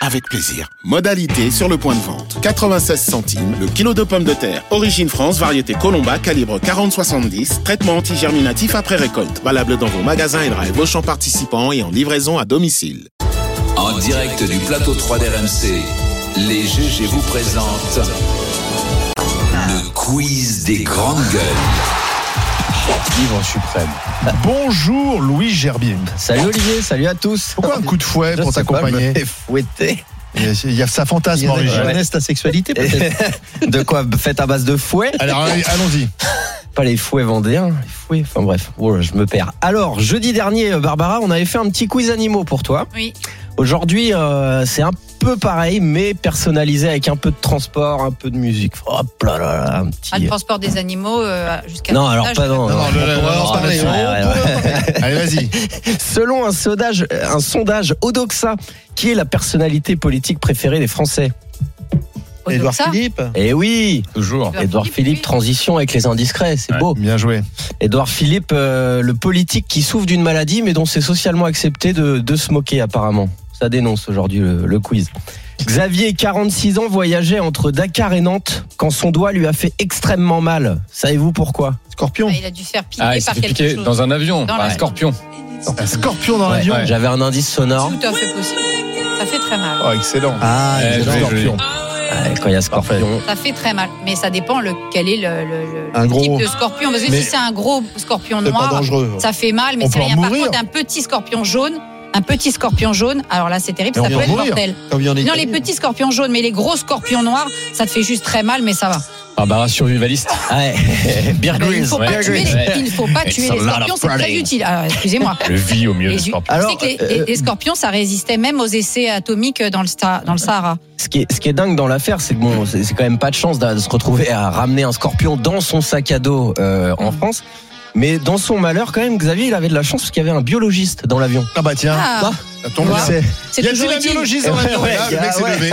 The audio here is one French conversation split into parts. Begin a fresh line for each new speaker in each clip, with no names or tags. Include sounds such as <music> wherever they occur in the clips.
avec plaisir. Modalité sur le point de vente. 96 centimes le kilo de pommes de terre. Origine France, variété Colomba, calibre 40-70. Traitement antigerminatif après récolte. Valable dans vos magasins et drive Auchan participants et en livraison à domicile.
En direct du plateau 3 d'RMC, les GG vous présentent le quiz des grandes gueules.
Vivre suprême.
Bonjour Louis Gerbier.
Salut Olivier, salut à tous.
Pourquoi un coup de fouet
Je
pour Ah,
sais pas,
t'accompagner
me fais fouetter.
Il y a sa
Il y
fantasme
en
en
a qui-
régie.
ouais.
Laisse ta sexualité peut-être.
<laughs>
De quoi Faites à base de fouet
Alors allez, allons-y.
Pas les fouets vendéens, les fouets. Enfin bref, oh, je me perds. Alors, jeudi dernier, euh, Barbara, on avait fait un petit quiz animaux pour toi.
Oui.
Aujourd'hui, euh, c'est un peu pareil, mais personnalisé avec un peu de transport, un peu de musique. Hop là là là, un petit.
Ah, le transport des animaux euh, jusqu'à.
non,
ton
alors
âge,
pas dans.
Non, non, le- le-
on va en
non, c'est pas
reparler,
vrai.
hein.
ouais, ouais, ouais.
Allez, vas-y.
Selon un sondage, euh, un sondage Odoxa, qui est la personnalité politique préférée des Français
au
Édouard
Doxa.
Philippe
Eh oui
Toujours.
Édouard
Édouard
Philippe,
Philippe,
oui.
transition avec les indiscrets, c'est beau.
Oh, Bien joué.
Édouard Philippe, euh, le politique qui souffre d'une maladie, mais dont c'est socialement accepté de, de se moquer apparemment. Ça dénonce aujourd'hui le, le quiz. Xavier, 46 ans, voyageait entre Dakar et Nantes quand son doigt lui a fait extrêmement mal. Savez-vous pourquoi
Scorpion.
Ah, il a dû faire piquer
Ah, il s'est
par
fait
quelque
piquer
chose.
dans un avion,
Dans
par un
l'avion.
scorpion.
Un scorpion dans
Ouais,
l'avion.
ouais.
J'avais un indice sonore.
Tout à fait possible. Ça fait très mal.
Oh, excellent.
Ah,
Eh,
j'adore.
joli,
scorpion.
joli.
Ah, Ouais, quand il y a scorpion.
Ça fait très mal. Mais ça dépend le, quel est le, le- le
Un gros-
type de scorpion. Parce que
Mais-
si c'est un gros scorpion
C'est pas
noir,
dangereux.
ça fait mal, mais
On
c'est
peut en
rien. Par
mourir.
contre, un petit scorpion jaune, un petit scorpion jaune, alors là, c'est terrible,
Mais
ça
on
peut
peut en mourir.
être mortel.
Comme il y en a
Non, les petits scorpions jaunes, mais les gros scorpions noirs, ça te fait juste très mal, mais ça va.
Barbara Ah bah, survivaliste.
Ouais.
<laughs>
Bear
Ah, Mais Il
Grylls.
ne Ah faut
Ouais,
pas tuer
ouais.
les- il ne faut pas
It's
tuer
a
les
lot of
scorpions, c'est très
burning.
utile. Alors,
<laughs>
excusez-moi.
Elle vit au milieu
Les,
du scorpion.
Alors,
tu sais que les, les- les scorpions, ça résistait même aux essais atomiques dans le, Sta- dans le Sahara.
Ce qui, est, ce qui est dingue dans l'affaire, c'est que bon, c'est c'est quand même pas de chance d'a- de se retrouver à ramener un scorpion dans son sac à dos euh, en France. Mais dans son malheur, quand même, Xavier, il avait de la chance parce qu'il y avait un biologiste dans l'avion.
Ah bah tiens,
Ah,
bah,
ça tombe
tu
bien.
vois,
C'est-
c'est
Y
toujours
a-t-il un
utile.
biologiste dans l'avion
Ouais,
Ah, Le
y
mec
a-
s'est
ouais.
levé.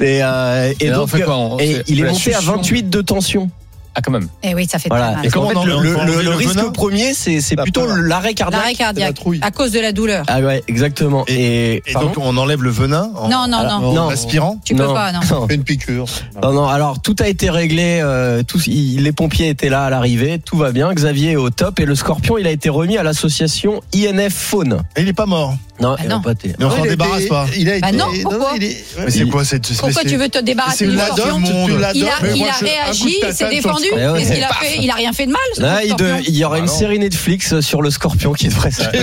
Et, euh, et
Et là, on
donc,
fait quoi On-
et
c'est-
il est
la
monté à
succion.
28 de tension.
Ah, quand même.
Eh oui, ça fait
Voilà.
très
Et
mal.
comment
qu'en fait,
on en-
le,
on
le-
peut
le-
enlever
le
le
risque
venin
premier, c'est c'est
La
plutôt
peur.
l'arrêt cardiaque.
Bah, L'arrêt
la
cardiaque
trouille.
à cause de la douleur.
Ah ouais, exactement. Et,
Et
pardon
donc on enlève le venin en,
Non, non,
Alors,
non.
non.
en aspirant.
Tu
<laughs>
<laughs>
peux pas, non.
Fais une piqûre.
Non, non, alors tout a été réglé, euh, tous- il- les pompiers étaient là à l'arrivée, tout va bien, Xavier est au top et le scorpion il a été remis à l'association INF Faune.
Et il est pas mort.
Non,
Ah
ils l'ont
non.
pas été.
Mais on s'en
il a
débarrasse
été-
pas.
Il a été.
Bah non, pourquoi
il est-
Mais c'est
Il-
quoi cette espèce
Pourquoi Ah, tu veux te débarrasser
C'est
du
une
scorpion
adopte,
Tu
monde.
l'adoptes.
il a,
Mais
il
moi,
a
je- un coup de
réagi, il s'est
tatane sur le
défendu.
scorpion.
Qu'est-ce qu'il a fait Il a rien fait de mal, ce
Là, il, de-
scorpion.
il y aura
Ah
une
non.
série Netflix sur le scorpion qui devrait sortir.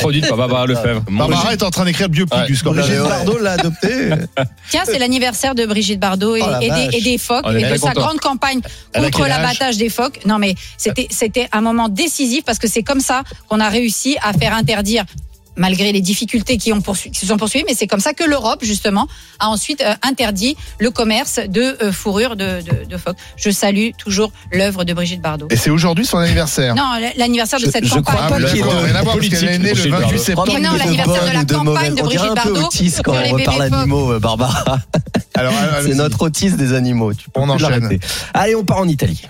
Produite par Barbara Lefebvre. Mon
Barbara est en train d'écrire le biopic
Ouais.
du scorpion.
Brigitte Bardot l'a
<laughs>
adopté.
Tiens, c'est l'anniversaire de Brigitte Bardot et,
Oh la
et des,
vache.
et des phoques
On est
et de
très
sa
content.
grande campagne
Elle a
contre
quel âge
l'abattage des phoques. Non, mais c'était c'était un moment décisif parce que c'est comme ça qu'on a réussi à faire interdire. Malgré les difficultés qui, ont poursu- qui se sont poursuivies, mais c'est comme ça que l'Europe, justement, a ensuite euh, interdit le commerce de euh, fourrures de, de, de phoques. Je salue toujours l'œuvre de Brigitte Bardot.
Et c'est aujourd'hui son anniversaire.
Non, l'anniversaire de
Je-
cette
je
campagne.
Ah,
crois
mais
pas qu'il y ait
d'accord,
de
rien à voir, parce qu'elle est née le
politique.
28 septembre.
Mais non,
de
l'anniversaire
bonne
de la
ou
campagne
mauvaise.
de
On dirait
Brigitte
un peu
Bardot
autiste quand
sur
on
les
reparle
bébés
animaux, euh, Barbara. <laughs>
Alors,
C'est
allez-y.
notre autiste des animaux. Tu peux
On
plus
enchaîne.
l'arrêter. Allez, on part en Italie.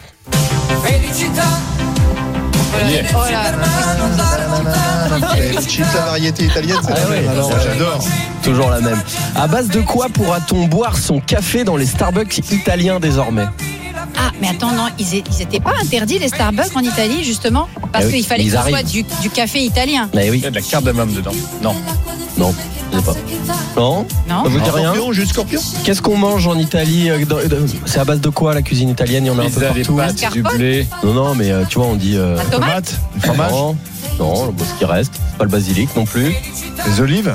Oh là là.
Felicita, variété italienne. c'est
Ah
pas
ouais.
mal. Alors,
Oh, J'adore.
Toujours la même. À base de quoi pourra-t-on boire son café dans les Starbucks italiens désormais
Ah, mais attends, non, ils n'étaient pas interdits, les Starbucks en Italie, justement, parce
Ah oui,
qu'il fallait
ils
que ce soit
arrivent.
du, du café italien.
Mais oui.
Il y a de la cardamome dedans. Non.
Non, je sais pas. Non
Non
Ça vous dit rien
Scorpion, jus de scorpion.
Qu'est-ce qu'on mange en Italie euh, dans- dans- C'est à base de quoi la cuisine italienne Il y en a un peu
Pizza, des
partout.
pâtes, du
Mascarpone
blé.
Non, non, mais euh, tu vois, on dit. euh,
La tomate
Tomate, fromage,
non, non, bon, ce qui reste. Pas le basilic non plus.
les olives.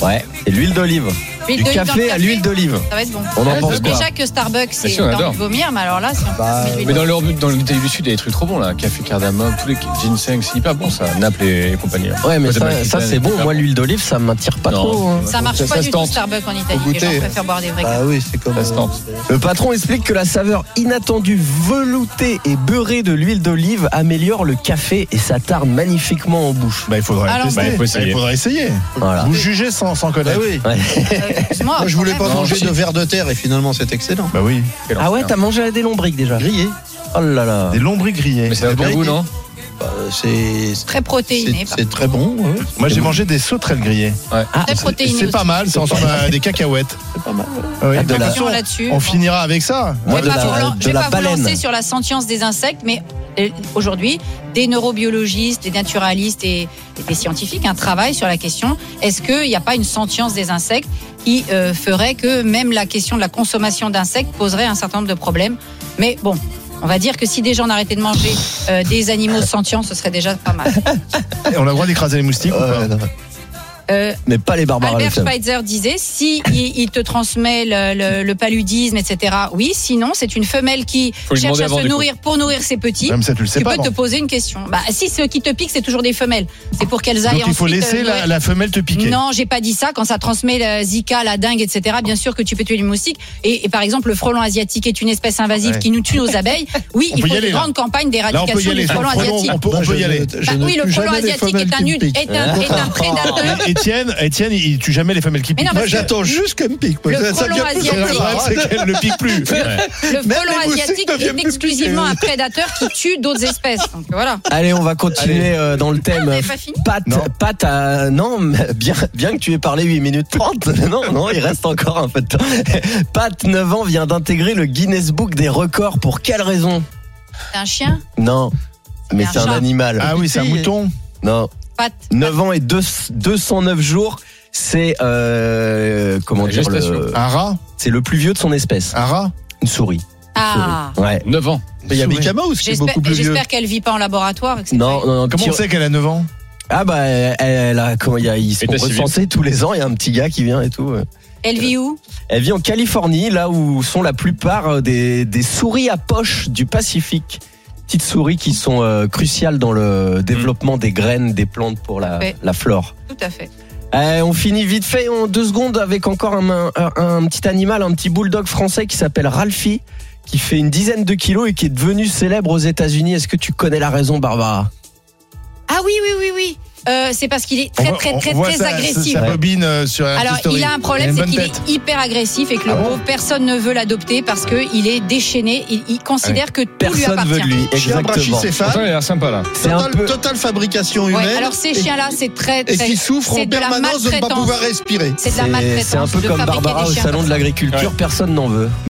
Ouais, c'est l'huile d'olive.
Huile
Du
d'olive dans le
café à l'huile d'olive.
Ça va être bon.
On en
Ouais,
pense
c'est
quoi
Déjà que Starbucks, c'est
sûr, on
t'as
adore.
envie de vomir, mais alors là, si on
Bah,
met de l'huile
Mais dans leur but, dans l'Italie du Sud, il y a des trucs trop bons là. Café cardamome, tous les ginseng, c'est hyper bon ça. Naples et compagnie. là.
Ouais, mais
Moi, j'aime
ça,
la
ça,
Gitane,
c'est bon.
hyper
Moi, l'huile d'olive, ça m'attire pas
Non.
trop. hein.
Ouais.
Ça marche
Ça-
pas
ça
du
se
tout
tente.
Starbucks en Italie.
Faut
Les gens
goûter.
préfèrent boire des vrais
Bah oui, c'est comme.
Ça se
euh,
tente.
Le patron explique que la saveur inattendue, veloutée et beurrée de l'huile d'olive améliore le café et s'attarde magnifiquement en bouche.
Bah, il faudrait
Alors,
tester.
bah, il faut essayer.
Bah, il faudrait essayer.
Voilà.
Vous jugez sans, sans
Bah
connaître.
oui.
Euh, excuse-moi,
Moi, je voulais pas
quand même.
manger de verre de terre et finalement, c'est excellent.
Bah oui.
Quel
Ah ouais,
enfer.
t'as mangé des lombriques déjà
Grillé,
Oh là là.
Des lombris grillés.
Mais c'est un bon goût, non
bah, c'est c'est-
Très protéiné. par-
c'est très bon. ouais.
Moi, j'ai mangé des sauterelles grillées.
Très
Et
protéiné.
C'est pas
aussi.
mal, ça ressemble à des cacahuètes.
C'est pas mal.
Ah oui.
Ah, de la-
Attention là-dessus.
On finira avec ça.
Je
Moi,
vais
de
pas
la-
vous lan-
de
je vais
la
pas vous
baleine.
lancer sur la sentience des insectes, mais euh, aujourd'hui, des neurobiologistes, des naturalistes et, et des scientifiques, un travail sur la question est-ce qu'il n'y a pas une sentience des insectes qui euh, ferait que même la question de la consommation d'insectes poserait un certain nombre de problèmes Mais bon. On va dire que si des gens arrêtaient de manger euh, des animaux sentients, ce serait déjà pas mal.
Et On a le droit d'écraser les moustiques ou pas
Ouais, non.
Euh,
Mais pas les barbares à
Albert
l'hôtel.
Schweitzer disait si il, il te transmet le, le- le paludisme, etc. Oui, sinon c'est une femelle qui
lui
cherche
demander
à
avant,
se
du coup.
nourrir pour nourrir ses petits.
Même ça, tu le sais
Tu
pas. hein.
peux te
bon.
poser une question. Bah, si ce qui te pique, c'est toujours des femelles. C'est pour qu'elles aillent
Donc, il faut
ensuite,
laisser
euh,
la,
nourrir-
la femelle te piquer.
Non, j'ai pas dit ça. Quand ça transmet la Zika, la dingue, etc., bien sûr que tu peux tuer les moustiques. Et, et par exemple, le frelon asiatique est une espèce invasive
Ouais.
qui nous tue nos abeilles. Oui,
On
il
peut
faut
y
une
aller, là.
grande campagne
Là, on peut y
d'éradication
aller.
du
Sur
frelon
le frelon,
asiatique.
on peut, on
Bah,
peut y
je
aller.
ne- je
Bah
ne
oui, le
tue
frelon
jamais les
asiatique
femelles
est un,
qui me
nul-
piquent.
est un,
<laughs>
est un prédateur.
Et- Étienne, Étienne, il tue jamais les femelles qui
Mais
piquent.
non,
Moi,
parce que-
j'attends juste qu'elle me
Oh.
pique.
Le frelon
Le problème, c'est qu'elle ne pique plus.
Le
Même
frelon
les moustiques
asiatique
ne
est
viennent plus
exclusivement
piquer.
un prédateur qui tue d'autres espèces. Donc voilà.
Allez, on va continuer euh, dans le thème.
on n'avait pas fini
Pâte,
Non.
pâte à... Non, mais bien, bien que tu aies parlé 8 minutes 30. <laughs> Non, non, il reste encore un peu de temps. <laughs> Pat, 9 ans, vient d'intégrer le Guinness Book des records. Pour quelle raison
C'est un chien,
Non, mais
Un
c'est un
chat.
animal.
Ah oui, c'est un mouton.
Non,
Pat.
9 ans et deux- 209 jours, c'est... euh, comment
La
dire le-
gestation.
Un rat.
C'est le plus vieux de son espèce.
Un rat.
Une souris.
Ah.
Ouais.
9 ans.
Il y a Mikamaus qui est
J'espère
beaucoup plus vieux.
j'espère qu'elle vit pas en laboratoire. et que c'est pas
Non,
une-
non, non,
Comment
petit-
on sait qu'elle a 9 ans
Ah bah elle, elle a comment il y a ils sont
État civil.
recensés tous les ans, il y a un petit gars qui vient et tout. ouais.
Elle vit où
Elle vit en Californie, là où sont la plupart euh, des, des souris à poche du Pacifique. Petites souris qui sont euh, cruciales dans le développement des graines des plantes pour la,
Ouais.
la flore.
Tout à fait.
Euh, on finit vite fait en deux secondes avec encore un, un- un petit animal, un petit bulldog français qui s'appelle Ralphie, qui fait une dizaine de kilos et qui est devenu célèbre aux États-Unis. Est-ce que tu connais la raison, Barbara
Ah oui, oui, oui, oui. Euh, c'est parce qu'il est très,
voit-
très, très,
voit
très
sa-
agressif.
Sa, bobine euh, sur la
Alors, il a un problème, c'est qu'il est hyper agressif et que le
Ah bon
pauvre, personne ne veut l'adopter parce qu'il est déchaîné. Il, il
Ah
considère que tout lui
Personne veut de
appartient.
lui.
Chien
Exactement.
Attends, il a
brachycéphale.
l'air sympa là.
C'est un
Totale,
peu.
totale fabrication humaine.
Ouais, alors, ces chiens-là, c'est très,
et
très.
qui souffre
c'est
en
de la
permanence de ne pas
maltraitance.
pouvoir respirer.
C'est de la
C'est
maltraitance.
c'est un peu
de
comme
fabriquer
Barbara
des
au
chiens
salon
comme
de
ça.
l'agriculture,
Ouais.
personne n'en veut.